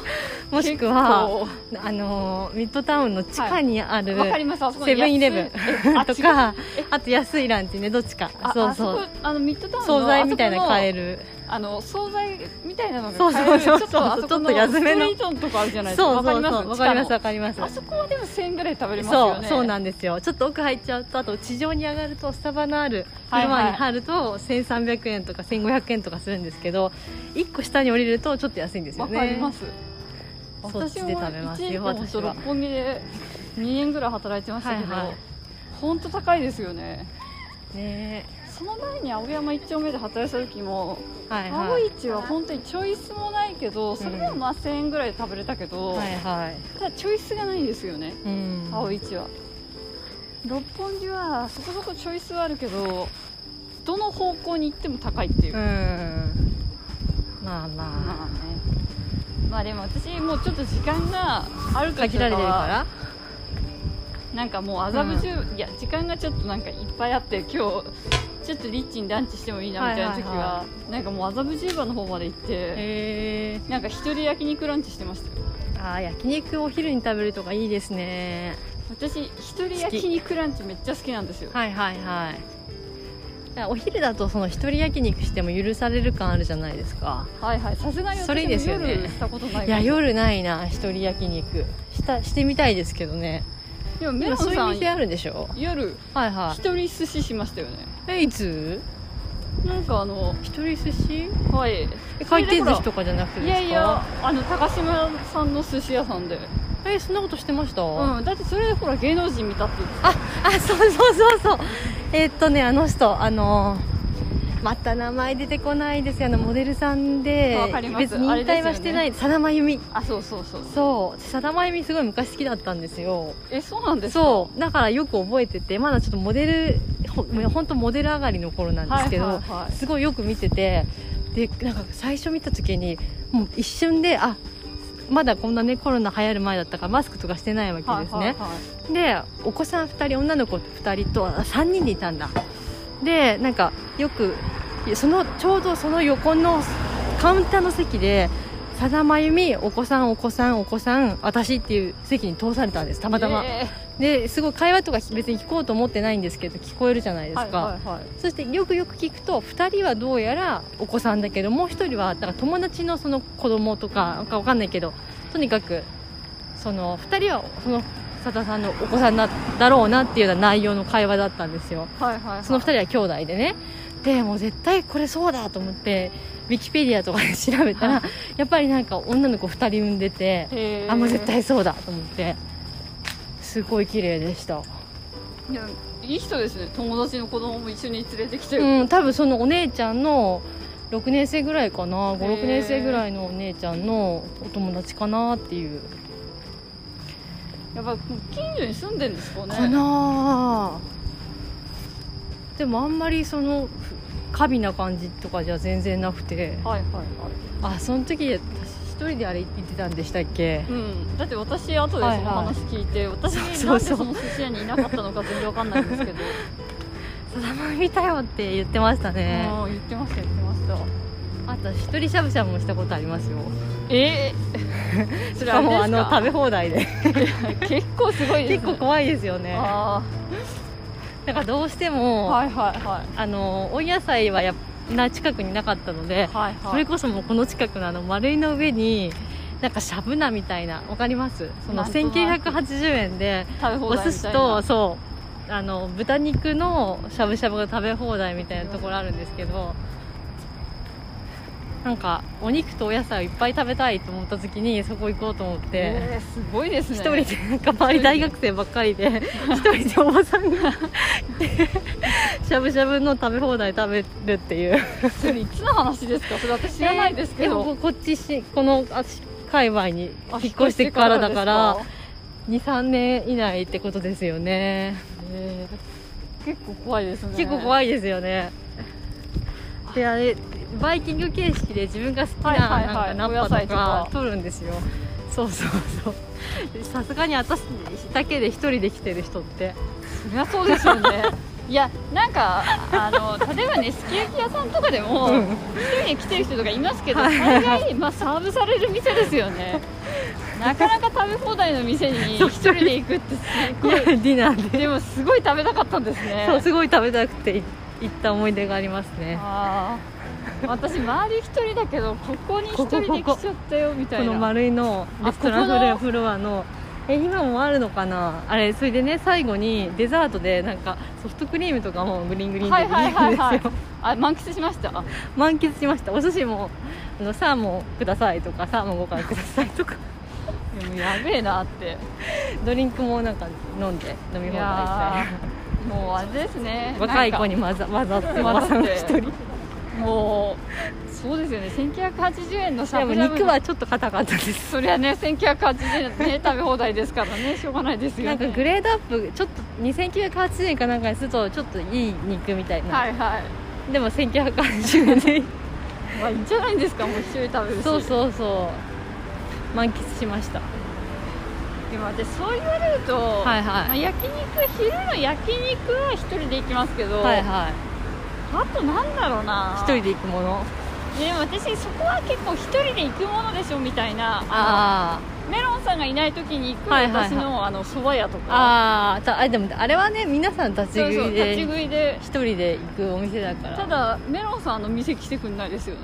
Speaker 2: もしくはあのミッドタウンの地下にある、
Speaker 1: わかりますあそこ
Speaker 2: セブンイレブン
Speaker 1: ン
Speaker 2: とかあと安いランチねどっちか
Speaker 1: そ
Speaker 2: そうう
Speaker 1: そ
Speaker 2: そうう
Speaker 1: あのミッドタウンの
Speaker 2: 惣菜みたいなの買え
Speaker 1: る
Speaker 2: る
Speaker 1: あの惣菜みたいなのが買える
Speaker 2: そうそうそう
Speaker 1: ちょっとあそこの
Speaker 2: ちょっと安め
Speaker 1: ス
Speaker 2: の
Speaker 1: トリートのとこあるじゃないですか
Speaker 2: そうそうそう
Speaker 1: わ
Speaker 2: わかります
Speaker 1: 地
Speaker 2: わかります
Speaker 1: 下のあそこはでも1000円ぐらい食べれます
Speaker 2: そ
Speaker 1: よ
Speaker 2: う
Speaker 1: ね
Speaker 2: そうなんんですよちょっと奥入っちゃうとあと地上に上がるとスタバのある
Speaker 1: はい
Speaker 2: 昼
Speaker 1: はい
Speaker 2: 間に入ると1300円とか1500円とかするんですけど1個下に降りるとちょっと安いんですよ
Speaker 1: わ
Speaker 2: ね
Speaker 1: かります
Speaker 2: そっちで食べますよ
Speaker 1: 私も一時
Speaker 2: 私は
Speaker 1: 六本木で2年ぐらい働いてましたけど
Speaker 2: はいはい
Speaker 1: 本当高いですよね
Speaker 2: ね
Speaker 1: その前に青山1丁目で働いた時も
Speaker 2: はいは
Speaker 1: 青
Speaker 2: い
Speaker 1: い市は本当にチョイスもないけどそれでもまあ1000円ぐらいで食べれたけど、
Speaker 2: はいはい
Speaker 1: ただチョイスがないんですよね
Speaker 2: うん
Speaker 1: 青い市は六本木はそこそこチョイスはあるけどどの方向に行っても高いっていう、
Speaker 2: う
Speaker 1: ま
Speaker 2: んまあ
Speaker 1: あ
Speaker 2: ま
Speaker 1: ねまあでも私もうちょっと時間がある
Speaker 2: あ
Speaker 1: 時と
Speaker 2: 限ら
Speaker 1: か
Speaker 2: れてるか
Speaker 1: は
Speaker 2: ら
Speaker 1: なんかもう麻布十、いや時間がちょっとなんかいっぱいあって今日ちょっとリッチにランチしてもいいなみたいな時は,、
Speaker 2: はいはいは
Speaker 1: なんかもう麻布十番の方まで行って
Speaker 2: へえ
Speaker 1: なんか一人焼肉ランチしてましたよ
Speaker 2: あー焼肉お昼に食べるとかいいですね
Speaker 1: 私一人焼肉ランチめっちゃ好きなんですよ
Speaker 2: はいはいはいだからお昼だとその一人焼肉しても許される感あるじゃないですか
Speaker 1: はいはいさすがに私
Speaker 2: それいいですよね
Speaker 1: 夜したことない
Speaker 2: いや夜ないな一人焼肉したしてみたいですけどね
Speaker 1: でもメ
Speaker 2: で
Speaker 1: ロン
Speaker 2: もそういう
Speaker 1: さん
Speaker 2: 店あるんでしょ
Speaker 1: 夜
Speaker 2: はいは
Speaker 1: 一人寿司しましたよね
Speaker 2: いえいつ
Speaker 1: なんかあの
Speaker 2: 一人寿司
Speaker 1: はい
Speaker 2: え回転寿司とかじゃなくて
Speaker 1: い
Speaker 2: ですか
Speaker 1: やいやあの高島さんの寿司屋さんで
Speaker 2: えそんなことしてました、あ
Speaker 1: うんだってそれでほら芸能人見たって言って
Speaker 2: そうそうそうそうえーっとねあの人あのまた名前出てこないですよあのモデルさんで
Speaker 1: わかります
Speaker 2: 別に引退はしてないさだまゆみ
Speaker 1: あそうそうそう
Speaker 2: そうさだまゆみすごい昔好きだったんですよ
Speaker 1: えそうなんですか
Speaker 2: そうだからよく覚えててまだちょっとモデルほ本当モデル上がりの頃なんですけど、
Speaker 1: はいはいはい
Speaker 2: すごいよく見ててでなんか最初見た時にもう一瞬であまだこんなねコロナ流行る前だったからマスクとかしてないわけで
Speaker 1: はい
Speaker 2: すね、
Speaker 1: はいはい
Speaker 2: でお子さん2人女の子2人とあ3人でいたんだでなんかよくそのちょうどその横のカウンターの席でさだまゆみお子さんお子さんお子さん私っていう席に通されたんですたまたま、
Speaker 1: え
Speaker 2: ですごい会話とか別に聞こうと思ってないんですけど聞こえるじゃないで
Speaker 1: ー
Speaker 2: すか、
Speaker 1: はいはいはい
Speaker 2: そしてよくよく聞くと2人はどうやらお子さんだけどもう1人はだから友達のその子供とかなんかわかんないけどとにかくその2人はその佐田さんのお子さんだだろうなっていうような内容の会話だったんですよ
Speaker 1: はいはいはい
Speaker 2: その2人は兄弟でねでもう絶対これそうだと思ってウィキペディアとかで調べたらやっぱりなんか女の子2人産んでて
Speaker 1: へー
Speaker 2: あもう絶対そうだと思ってすごい綺麗でした
Speaker 1: いやいい人ですね友達の子供も一緒に連れてきて
Speaker 2: うん、多分そのお姉ちゃんの6年生ぐらいかな
Speaker 1: へー
Speaker 2: 56年生ぐらいのお姉ちゃんのお友達かなっていう、
Speaker 1: やっぱ近所に住んでんですかね
Speaker 2: かなぁでもあんまりそのふ華美な感じとかじゃ全然なくて
Speaker 1: はいはいはい
Speaker 2: あその時私一人であれ行ってたんでしたっけ
Speaker 1: うん、だって私後でその話聞いて、私
Speaker 2: そうそう
Speaker 1: なんでその寿司屋にいなかったのか全然わかんないん ですけど、
Speaker 2: 「さだまみたよ」って言ってましたね
Speaker 1: うん言ってました言ってました
Speaker 2: あと一人しゃぶしゃぶもしたことありますよ
Speaker 1: え ー、そ
Speaker 2: し
Speaker 1: れあ
Speaker 2: か
Speaker 1: れで
Speaker 2: もあ
Speaker 1: す
Speaker 2: の
Speaker 1: か
Speaker 2: 食べ放題 で
Speaker 1: 結構すごいです
Speaker 2: 結
Speaker 1: ね
Speaker 2: 構怖いですよね
Speaker 1: あ
Speaker 2: なんかどうして
Speaker 1: あ
Speaker 2: も、
Speaker 1: はいはいはい
Speaker 2: あの温野菜はやっな近くになかったので、
Speaker 1: はいはい
Speaker 2: それこそもうこの近くのあの丸いの上になんかしゃぶ菜みたいなわかりますその
Speaker 1: なんとなく
Speaker 2: 1980円で
Speaker 1: 食べ放
Speaker 2: お
Speaker 1: 題
Speaker 2: 寿
Speaker 1: みた
Speaker 2: 司
Speaker 1: いな
Speaker 2: とそうあの豚肉のしゃぶしゃぶが食べ放題みたいなところあるんですけどなんかお肉とお野菜をいっぱい食べたいと思った時にそこ行こうと思って。
Speaker 1: えー、すごいですね
Speaker 2: 一人でなんか周り大学生ばっかりで一人でおばさん がしゃぶしゃぶの食べ放題食べるっていう
Speaker 1: それいつの話ですかそれ私知らないですけ
Speaker 2: えーでも
Speaker 1: ど、
Speaker 2: ここっちしこのあし界隈に
Speaker 1: あ
Speaker 2: 引っ越してからだから
Speaker 1: 引っ越して
Speaker 2: 23年以内ってことですよね
Speaker 1: からですかえー結構怖いですね
Speaker 2: 結構
Speaker 1: い
Speaker 2: 怖いですよねであれバイキング形式で自分が好きな
Speaker 1: はいはいはい
Speaker 2: なんかナ
Speaker 1: お
Speaker 2: ッ
Speaker 1: 野
Speaker 2: パ
Speaker 1: 菜
Speaker 2: と
Speaker 1: とか
Speaker 2: か取るんですよそうそうそうでさすがに私だけで一人で来てる人って
Speaker 1: そりゃそうですよねいやなんかあの例えばねすき焼き屋さんとかでも
Speaker 2: うん
Speaker 1: 一人で来てる人とかいますけど大概、まあ、サーブされる店ですよねなかなか食べ放題の店に
Speaker 2: そう
Speaker 1: 一人で行くってす
Speaker 2: い
Speaker 1: ご
Speaker 2: や
Speaker 1: い
Speaker 2: ディナーで、
Speaker 1: でもすごい食べたかったんですね
Speaker 2: そうすごい食べたくてい行った思い出がありますね
Speaker 1: あー私周り一人だけどここに一人で来ちゃったよみた
Speaker 2: こ
Speaker 1: いな
Speaker 2: の丸いの
Speaker 1: あ
Speaker 2: レストラン
Speaker 1: ここ
Speaker 2: フ
Speaker 1: の
Speaker 2: ルフロアのえ今もあるのかなあれそれでね最後にデザートでなんかソフトクリームとかもグリングリンで
Speaker 1: は
Speaker 2: で
Speaker 1: い
Speaker 2: き
Speaker 1: はい
Speaker 2: るん
Speaker 1: はい
Speaker 2: ですよ、
Speaker 1: はいあ満喫しましたあ
Speaker 2: 満喫しましたお寿司もあのサーモンくださいとかサーモン5回くださいとか
Speaker 1: でもやべえなって
Speaker 2: ドリンクもなんか飲んで飲み
Speaker 1: い
Speaker 2: 放題
Speaker 1: や
Speaker 2: して
Speaker 1: ーもうあれですね
Speaker 2: 若い
Speaker 1: なんか
Speaker 2: 子に混ざ混ざって
Speaker 1: 混ざって
Speaker 2: おばさんが一人
Speaker 1: もうそうですよね1980円のし
Speaker 2: で
Speaker 1: ゃ
Speaker 2: も
Speaker 1: ぶしゃぶ
Speaker 2: 肉はちょっと硬かったです
Speaker 1: そりゃね1980円ね食べ放題ですから ねしょうがないですよ、
Speaker 2: な
Speaker 1: ね、
Speaker 2: んかグレードアップちょっと2980円かなんかにするとちょっといい肉みたいな、
Speaker 1: はいはい
Speaker 2: でも1980円で
Speaker 1: まあいいんじゃないですかもう一人食べるし
Speaker 2: そうそうそう満喫しました
Speaker 1: でも私そう言われると、
Speaker 2: いはい
Speaker 1: まあ、焼肉昼の焼肉は一人で行きますけど、
Speaker 2: はいはい
Speaker 1: あとなんだろうな
Speaker 2: 一人で行くもの
Speaker 1: でも私そこは結構一人で行くものでしょみたいな
Speaker 2: あ
Speaker 1: メロンさんがいない時に行く
Speaker 2: はいはいはい
Speaker 1: 私のあの蕎麦屋と
Speaker 2: ー
Speaker 1: か
Speaker 2: あーたあでもあれはね皆さん立ち
Speaker 1: そうそ
Speaker 2: 食
Speaker 1: う立
Speaker 2: いで
Speaker 1: ち
Speaker 2: 一
Speaker 1: 食いで
Speaker 2: 人で行くお店だから
Speaker 1: ただメロンさんの店来てくんないですよね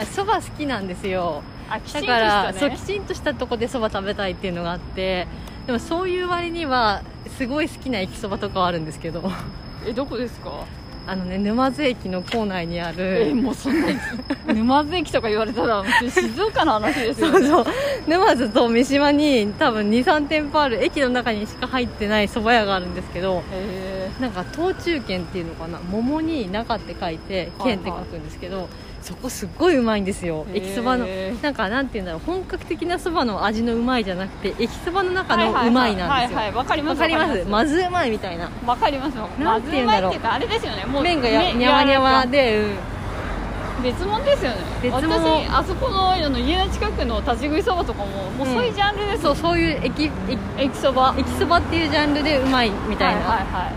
Speaker 2: あそば好きなんですよ
Speaker 1: あきちん
Speaker 2: だ
Speaker 1: と
Speaker 2: から
Speaker 1: し
Speaker 2: そ
Speaker 1: た
Speaker 2: う
Speaker 1: ね
Speaker 2: きちんとしたとこでそば食べたいっていうのがあってでもそういう割にはすごい好きな駅そばとかはあるんですけど
Speaker 1: えどこですか
Speaker 2: あのね沼津駅の構内にあ
Speaker 1: え
Speaker 2: る
Speaker 1: もうそんな沼津駅とか言われたら静岡の話です
Speaker 2: そ
Speaker 1: よ
Speaker 2: う
Speaker 1: ね
Speaker 2: そう沼津と三島に多分23店舗ある駅の中にしか入ってないそば屋があるんですけど
Speaker 1: え
Speaker 2: なんか東中軒っていうのかな桃に中って書いて
Speaker 1: はいはい
Speaker 2: 軒って書くんですけど、そこすっごいうまいんですよ
Speaker 1: へー
Speaker 2: 駅そばのなんかなんて言うんだろう本格的なそばの味のうまいじゃなくて駅そばの中のうまいなんですよ
Speaker 1: はいはいはいはいわかり
Speaker 2: わ
Speaker 1: ます
Speaker 2: かりますまずうまいみたいな
Speaker 1: わかりますわ
Speaker 2: な
Speaker 1: ま
Speaker 2: んて
Speaker 1: ず
Speaker 2: 言
Speaker 1: う
Speaker 2: うんだ
Speaker 1: まい
Speaker 2: ろ
Speaker 1: っ
Speaker 2: う
Speaker 1: ていうかあれですよねもう
Speaker 2: 麺がや
Speaker 1: 麺
Speaker 2: にゃわにゃわで、うん
Speaker 1: 別物ですよね
Speaker 2: 別物
Speaker 1: 私あそこのあの家の近くの立ち食いそばとかももうそういうジャンルです、
Speaker 2: そうそういう駅駅
Speaker 1: 駅そば
Speaker 2: 駅そばっていうジャンルでうまいみたいな、
Speaker 1: はいはいはい
Speaker 2: あ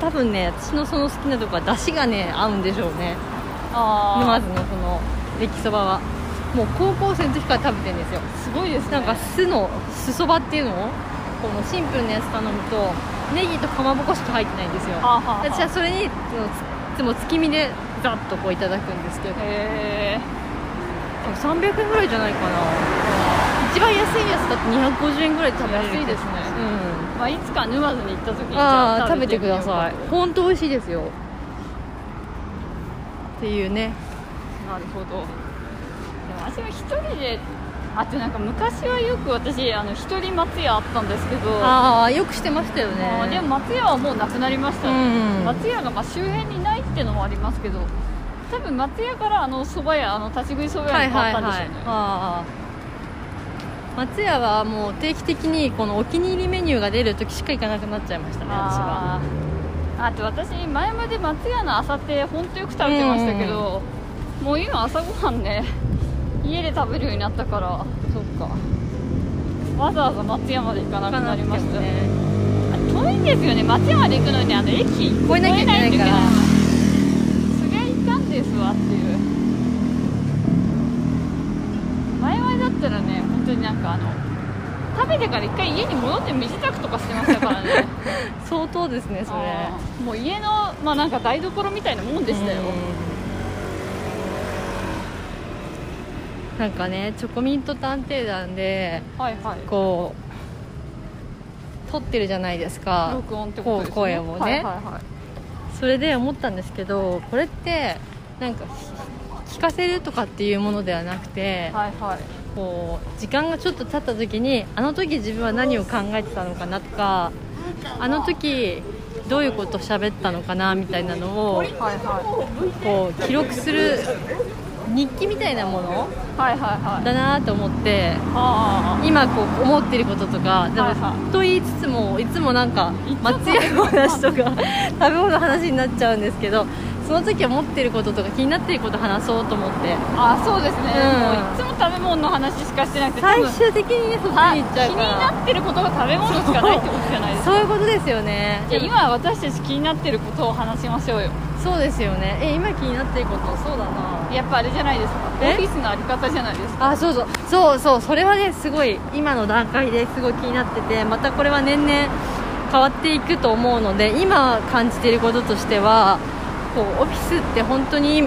Speaker 2: 多分ね私のその好きなとこは出汁がね合うんでしょうね
Speaker 1: あ
Speaker 2: 沼津のこの駅そばはもう高校生の時から食べてるんですよ
Speaker 1: あすごいですね
Speaker 2: なんか酢の酢そばっていうのをこのシンプルなやつ頼むとネギとかまぼこしか入ってないんですよ
Speaker 1: はあはあ
Speaker 2: 私はそれにいつも月見でザッとこういただくんですけど
Speaker 1: へえ
Speaker 2: 300円ぐらいじゃないかな一番安いやつだって250円ぐらいで食べれる
Speaker 1: 安いですね
Speaker 2: う
Speaker 1: まあ、いつか沼津に行った時に
Speaker 2: ん
Speaker 1: じゃ
Speaker 2: ああ食べてください
Speaker 1: みようか
Speaker 2: 本当美味しいですよっていうね
Speaker 1: なるほどでも私も一人であとなんか昔はよく私あの一人松屋あったんですけど
Speaker 2: ああよくしてましたよ
Speaker 1: あー
Speaker 2: ね
Speaker 1: でも松屋はもうなくなりました
Speaker 2: う
Speaker 1: ね、
Speaker 2: ん
Speaker 1: 松屋がまあ周辺にないってのもありますけど多分松屋からあの蕎麦屋あの立ち食い蕎麦屋に変わったんでしょうね、
Speaker 2: ああ松屋はもう定期的にこのお気に入りメニューが出る時しか行かなくなっちゃいましたね私は
Speaker 1: あーあと私前まで松屋の朝って本当よく食べてましたけど、もう今朝ごはんね家で食べるようになったから
Speaker 2: そっか
Speaker 1: わざわざ松屋まで行かなくなりました
Speaker 2: 行かなくても
Speaker 1: ね遠
Speaker 2: ね
Speaker 1: いんですよね松山で行くのにあの駅越
Speaker 2: えなきゃいけないから
Speaker 1: そりゃいかんですわっていうったらね本当になんかあの食べてから一回家に戻って身支度とかしてましたからね
Speaker 2: 相当ですねそれ
Speaker 1: あーもう家のまあなんか台所みたいなもんでしたよ
Speaker 2: うんなんかねチョコミント探偵団で
Speaker 1: はいはい
Speaker 2: こう撮ってるじゃないですか
Speaker 1: 録音ってことですね
Speaker 2: こう声を
Speaker 1: はい
Speaker 2: ね
Speaker 1: はいはい
Speaker 2: それで思ったんですけどこれってなんかひ聞かせるとかっていうものではなくて、
Speaker 1: はいはい
Speaker 2: こう時間がちょっと経った時にあの時自分は何を考えてたのかなとかあの時どういうことを喋ったのかなみたいなのを
Speaker 1: はいは
Speaker 2: こう記録する日記みたいなもの
Speaker 1: いはいはいはい
Speaker 2: だなと思って
Speaker 1: あ
Speaker 2: 今こう思ってることとかでも、
Speaker 1: はいはい
Speaker 2: と言いつつもいつもなんか
Speaker 1: いつも
Speaker 2: 松屋の話とか 食べ物の話になっちゃうんですけどその時思ってることとか気になってること話そうと思って
Speaker 1: ーあーそうですね、
Speaker 2: うん
Speaker 1: もういつも食べ物の話しかしてなくて多
Speaker 2: 最
Speaker 1: 分
Speaker 2: 終的にねそっちに行っち
Speaker 1: 気
Speaker 2: ゃう
Speaker 1: に
Speaker 2: から
Speaker 1: なってることが食べ物しかないってことじゃないですか
Speaker 2: そういうことですよね
Speaker 1: いや今私たち気になってることを話しましょうよ
Speaker 2: そうですよねえ今気になってることそうだな
Speaker 1: やっぱあれじゃないですかオ
Speaker 2: え
Speaker 1: フィスのあり方じゃないですか
Speaker 2: あそうそうそうそうそれはねすごい今の段階ですごい気になっててまたこれは年々変わっていくと思うので今感じていることとしてはこうオフィスって本当に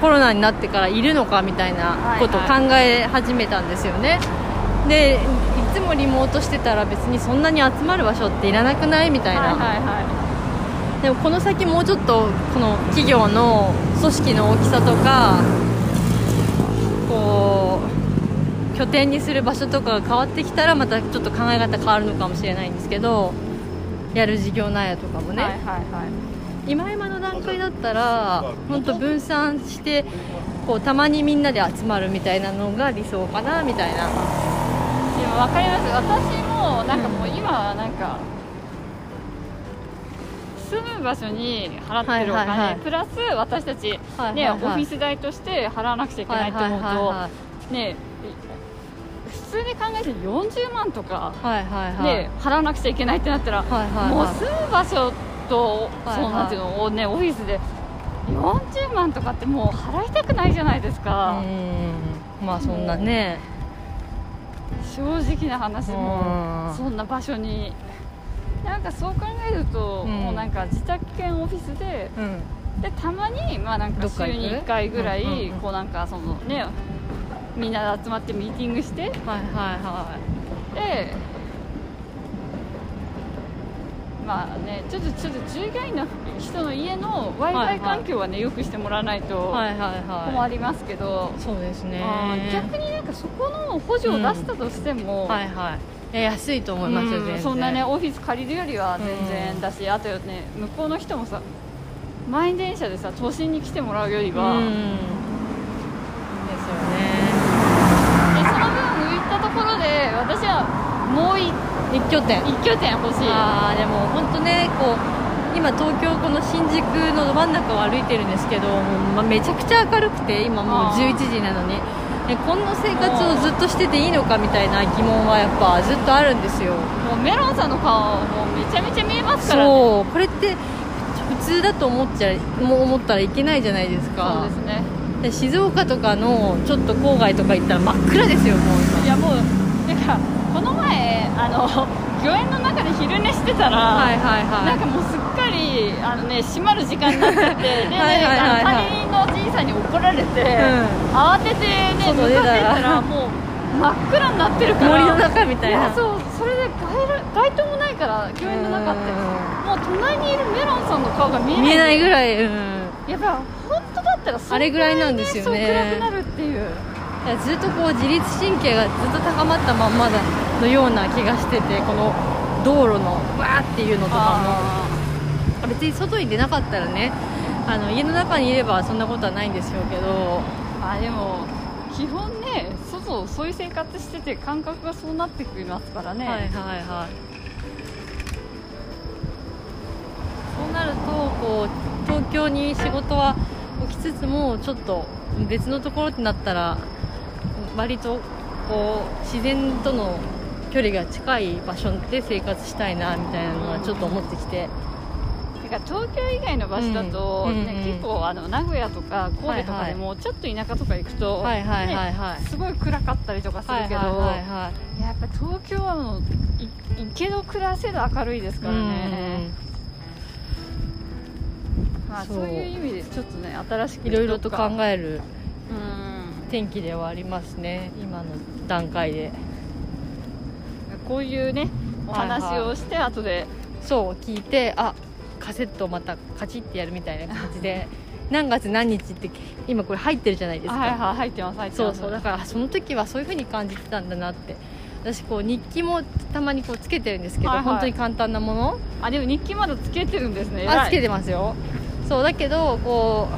Speaker 2: コロナになってからいるのかみたいなことを考え始めたんですよね、でいつもリモートしてたら別にそんなに集まる場所っていらなくないみたいな、
Speaker 1: はいはいは
Speaker 2: でもこの先もうちょっとこの企業の組織の大きさとかこう拠点にする場所とかが変わってきたらまたちょっと考え方変わるのかもしれないんですけどやる事業内容とかも
Speaker 1: い、
Speaker 2: ね、
Speaker 1: はいはい
Speaker 2: 今今の段階だったら本当分散してこうたまにみんなで集まるみたいなのが理想かなみたいな
Speaker 1: はいでも分かります私もなんかもう今はなんか住む場所に払ってるお金、
Speaker 2: はいはいはい
Speaker 1: プラス私たち、ね
Speaker 2: はいはいはい
Speaker 1: オフィス代として払わなくちゃいけないと思うと、
Speaker 2: は
Speaker 1: ね普通に考えて40万とか、
Speaker 2: いはいはい
Speaker 1: ね払わなくちゃいけないってなったら、
Speaker 2: はいはい
Speaker 1: もう
Speaker 2: はい
Speaker 1: 住む場所と、
Speaker 2: はいはい
Speaker 1: そうなんていうのをねオフィスで40万とかってもう払いたくないじゃないですか、
Speaker 2: うんまあそんなね
Speaker 1: 正直な話も
Speaker 2: うん
Speaker 1: そんな場所になんかそう考えると、
Speaker 2: うん
Speaker 1: もうなんか自宅兼オフィスで
Speaker 2: うん
Speaker 1: でたまにまあなんか
Speaker 2: どっか
Speaker 1: 週
Speaker 2: 行く
Speaker 1: に1回ぐらい
Speaker 2: うんうんうん
Speaker 1: こうなんかそのねみんなで集まってミーティングして
Speaker 2: はいはいはい
Speaker 1: でまあねちょっとちょっと従業員の人の家の w
Speaker 2: は
Speaker 1: i
Speaker 2: い
Speaker 1: f
Speaker 2: は
Speaker 1: i
Speaker 2: い
Speaker 1: 環境はねよくしてもらわないと
Speaker 2: はいはい
Speaker 1: 困
Speaker 2: は
Speaker 1: りますけど、
Speaker 2: いそうですね
Speaker 1: うん逆になんかそこの補助を出したとしても、
Speaker 2: はいはいえ安いと思いますよ
Speaker 1: うん
Speaker 2: 全然
Speaker 1: そんなねオフィス借りるよりは全然だし、あとね向こうの人もさ満員電車でさ都心に来てもらうより
Speaker 2: う
Speaker 1: は、
Speaker 2: ん
Speaker 1: でその分浮い
Speaker 2: ですよね
Speaker 1: たところで私はもう一
Speaker 2: 一拠点
Speaker 1: 一拠点欲しい
Speaker 2: ああでも本当ねこう今東京この新宿の真ん中を歩いてるんですけどもう、まめちゃくちゃ明るくて今もう
Speaker 1: あー
Speaker 2: 11時なのにえこんな生活をずっとしてていいのかみたいな疑問はやっぱずっとあるんですよ
Speaker 1: もうメロンさんの顔もうめちゃめちゃ見えますからね
Speaker 2: そうこれって普通だと思っちゃもう思ったらいけないじゃないです
Speaker 1: そ
Speaker 2: か
Speaker 1: うですね
Speaker 2: で静岡とかのちょっと郊外とか行ったら真っ暗ですよもう
Speaker 1: いやもうなんかこの前あの 御苑の中で昼寝してたら、
Speaker 2: はいはい
Speaker 1: なん
Speaker 2: は
Speaker 1: かもうすっかりあのね閉まる時間になっち ゃってでね
Speaker 2: はいはいはいはい
Speaker 1: あの管理人のおじいさんに怒られて、
Speaker 2: ん
Speaker 1: 慌ててね向か
Speaker 2: 外
Speaker 1: って
Speaker 2: 出た
Speaker 1: っ
Speaker 2: ら
Speaker 1: たらもう真っ暗になってるから
Speaker 2: 森の中みたいな
Speaker 1: やそうそれで街路街灯もないから御苑の中ってもう
Speaker 2: うん
Speaker 1: 隣にいるメロンさんの顔が見えない
Speaker 2: い見えないぐらい、うん、
Speaker 1: やっぱ本当だったらそ
Speaker 2: あれぐらいなんですよ
Speaker 1: そ
Speaker 2: ね
Speaker 1: う暗くなるっていう
Speaker 2: いやずっとこう自律神経がずっと高まったまんまだのような気がしててこの道路のわーっていうのとか
Speaker 1: あ
Speaker 2: も別に外に出なかったらねあの家の中にいればそんなことはないんですよけど
Speaker 1: ーあーでも基本ね外そういう生活してて感覚がそうなってきますからね、
Speaker 2: はいはいはいそうなるとこう東京に仕事は置きつつもちょっと別のところってなったら割とこう自然との距離が近い場所で生活したいなみたいなのはちょっと思ってきて
Speaker 1: てかか東京以外の場所だと、
Speaker 2: うんうん
Speaker 1: ね
Speaker 2: うん
Speaker 1: 結構あの名古屋とか神戸とかでもちょっと田舎とか行くと、
Speaker 2: はいはいはいはい
Speaker 1: ねすごい暗かったりとかするけど、
Speaker 2: はいはいはいはい
Speaker 1: やっぱ東京はもうい池の暮らせど明るいですからね、まあ、
Speaker 2: そう
Speaker 1: そういう意味でちょっとね新し
Speaker 2: うん
Speaker 1: く
Speaker 2: いろいろと考
Speaker 1: え
Speaker 2: え
Speaker 1: う
Speaker 2: る
Speaker 1: ん
Speaker 2: 天気ではありますね今の段階で
Speaker 1: こういうねお話をして後で、
Speaker 2: そう聞いてあカセットをまたカチッてやるみたいな感 じで何月何日って今これ入ってるじゃないですか、
Speaker 1: はいはい入ってます入って
Speaker 2: そ
Speaker 1: ま
Speaker 2: う
Speaker 1: す
Speaker 2: そうだからあその時はそういう風に感じてたんだなって私こう日記もたまにこうつけてるんですけど、
Speaker 1: はいはい
Speaker 2: 本当に簡単なもの
Speaker 1: あでも日記まだつけてるんですね
Speaker 2: あつけ
Speaker 1: て
Speaker 2: てますよそうだけどこ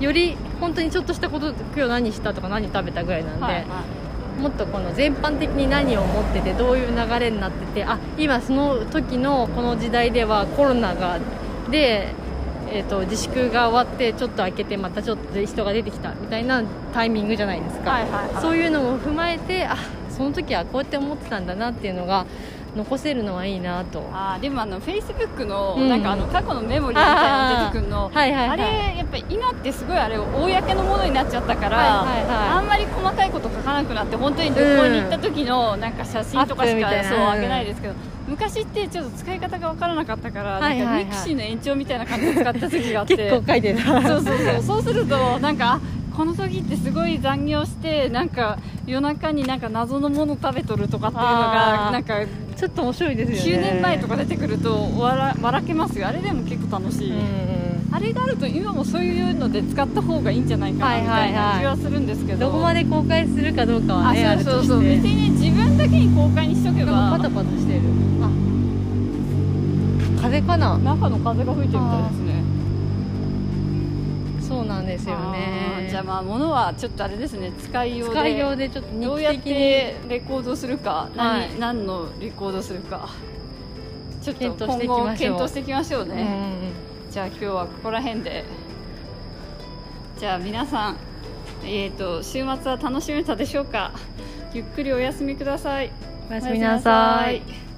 Speaker 2: うより本当にちょっとしたこと今日何したとか何食べたぐらいなんで、
Speaker 1: はいはい
Speaker 2: もっとこの全般的に何を持っててどういう流れになっててあ今その時のこの時代ではコロナがで、えー、と自粛が終わってちょっと開けてまたちょっと人が出てきたみたいなタイミングじゃないですか、
Speaker 1: はいはいはい
Speaker 2: そういうのも踏まえてあその時はこうやって思ってたんだなっていうのが残せるのはいいなとは
Speaker 1: あーでもあのフェイスブックの
Speaker 2: うん
Speaker 1: なんかあの過去のメモリーみたいなの出てくるの、
Speaker 2: いはいはい
Speaker 1: あれやっぱり今ってすごいあれ公のものになっちゃったから、
Speaker 2: はいはいはい
Speaker 1: あんまり細かいこと書かなくなって本当に旅行に行った時のなんか写真とかし
Speaker 2: アップみたい
Speaker 1: か
Speaker 2: な
Speaker 1: そうあげないですけど昔ってちょっと使い方が分からなかったから、
Speaker 2: はいはいはい
Speaker 1: なんかミクシーの延長みたいな感じで使った時があって
Speaker 2: 結構書いて た
Speaker 1: そうそうそうそうするとなんかあこの時ってすごい残業してなんか夜中になんか謎のもの食べとるとかっていうの
Speaker 2: あ
Speaker 1: が
Speaker 2: ー
Speaker 1: なんか
Speaker 2: ちょっと面白いですよ
Speaker 1: 9
Speaker 2: ね
Speaker 1: 年前と
Speaker 2: か
Speaker 1: か出てくると笑笑けますよあれでも結構楽し
Speaker 2: う
Speaker 1: い、
Speaker 2: んうん
Speaker 1: あれがあると今もそういうので使った方がいいんじゃないかなみたいな気はするんですけど、
Speaker 2: どこまで公開するかどうかはねあ
Speaker 1: あ
Speaker 2: る
Speaker 1: そうそ
Speaker 2: と
Speaker 1: うそう
Speaker 2: し
Speaker 1: 別
Speaker 2: て
Speaker 1: にね自分だけに公開にしとけ
Speaker 2: な
Speaker 1: ば
Speaker 2: んかパタパタしてるあ風かな
Speaker 1: 中の風が吹いてるみたいですね
Speaker 2: そうなんですよね
Speaker 1: あーじゃあまあ物はちょっとあれですね使いようで
Speaker 2: 使いようでちょっと日
Speaker 1: どう
Speaker 2: 記
Speaker 1: やっ
Speaker 2: 的に
Speaker 1: てレコードするか、
Speaker 2: はい
Speaker 1: 何何のレコードするかちょっと
Speaker 2: 検討して
Speaker 1: 今
Speaker 2: いきましょう
Speaker 1: 後検討していきましょう
Speaker 2: う
Speaker 1: ね、
Speaker 2: んうん
Speaker 1: じゃあ今日はここら辺でじゃあ皆さんえっ、と週末は楽しめたでしょうかゆっくりお休みください
Speaker 2: おやすみなさ
Speaker 1: おや
Speaker 2: い
Speaker 1: すみなさい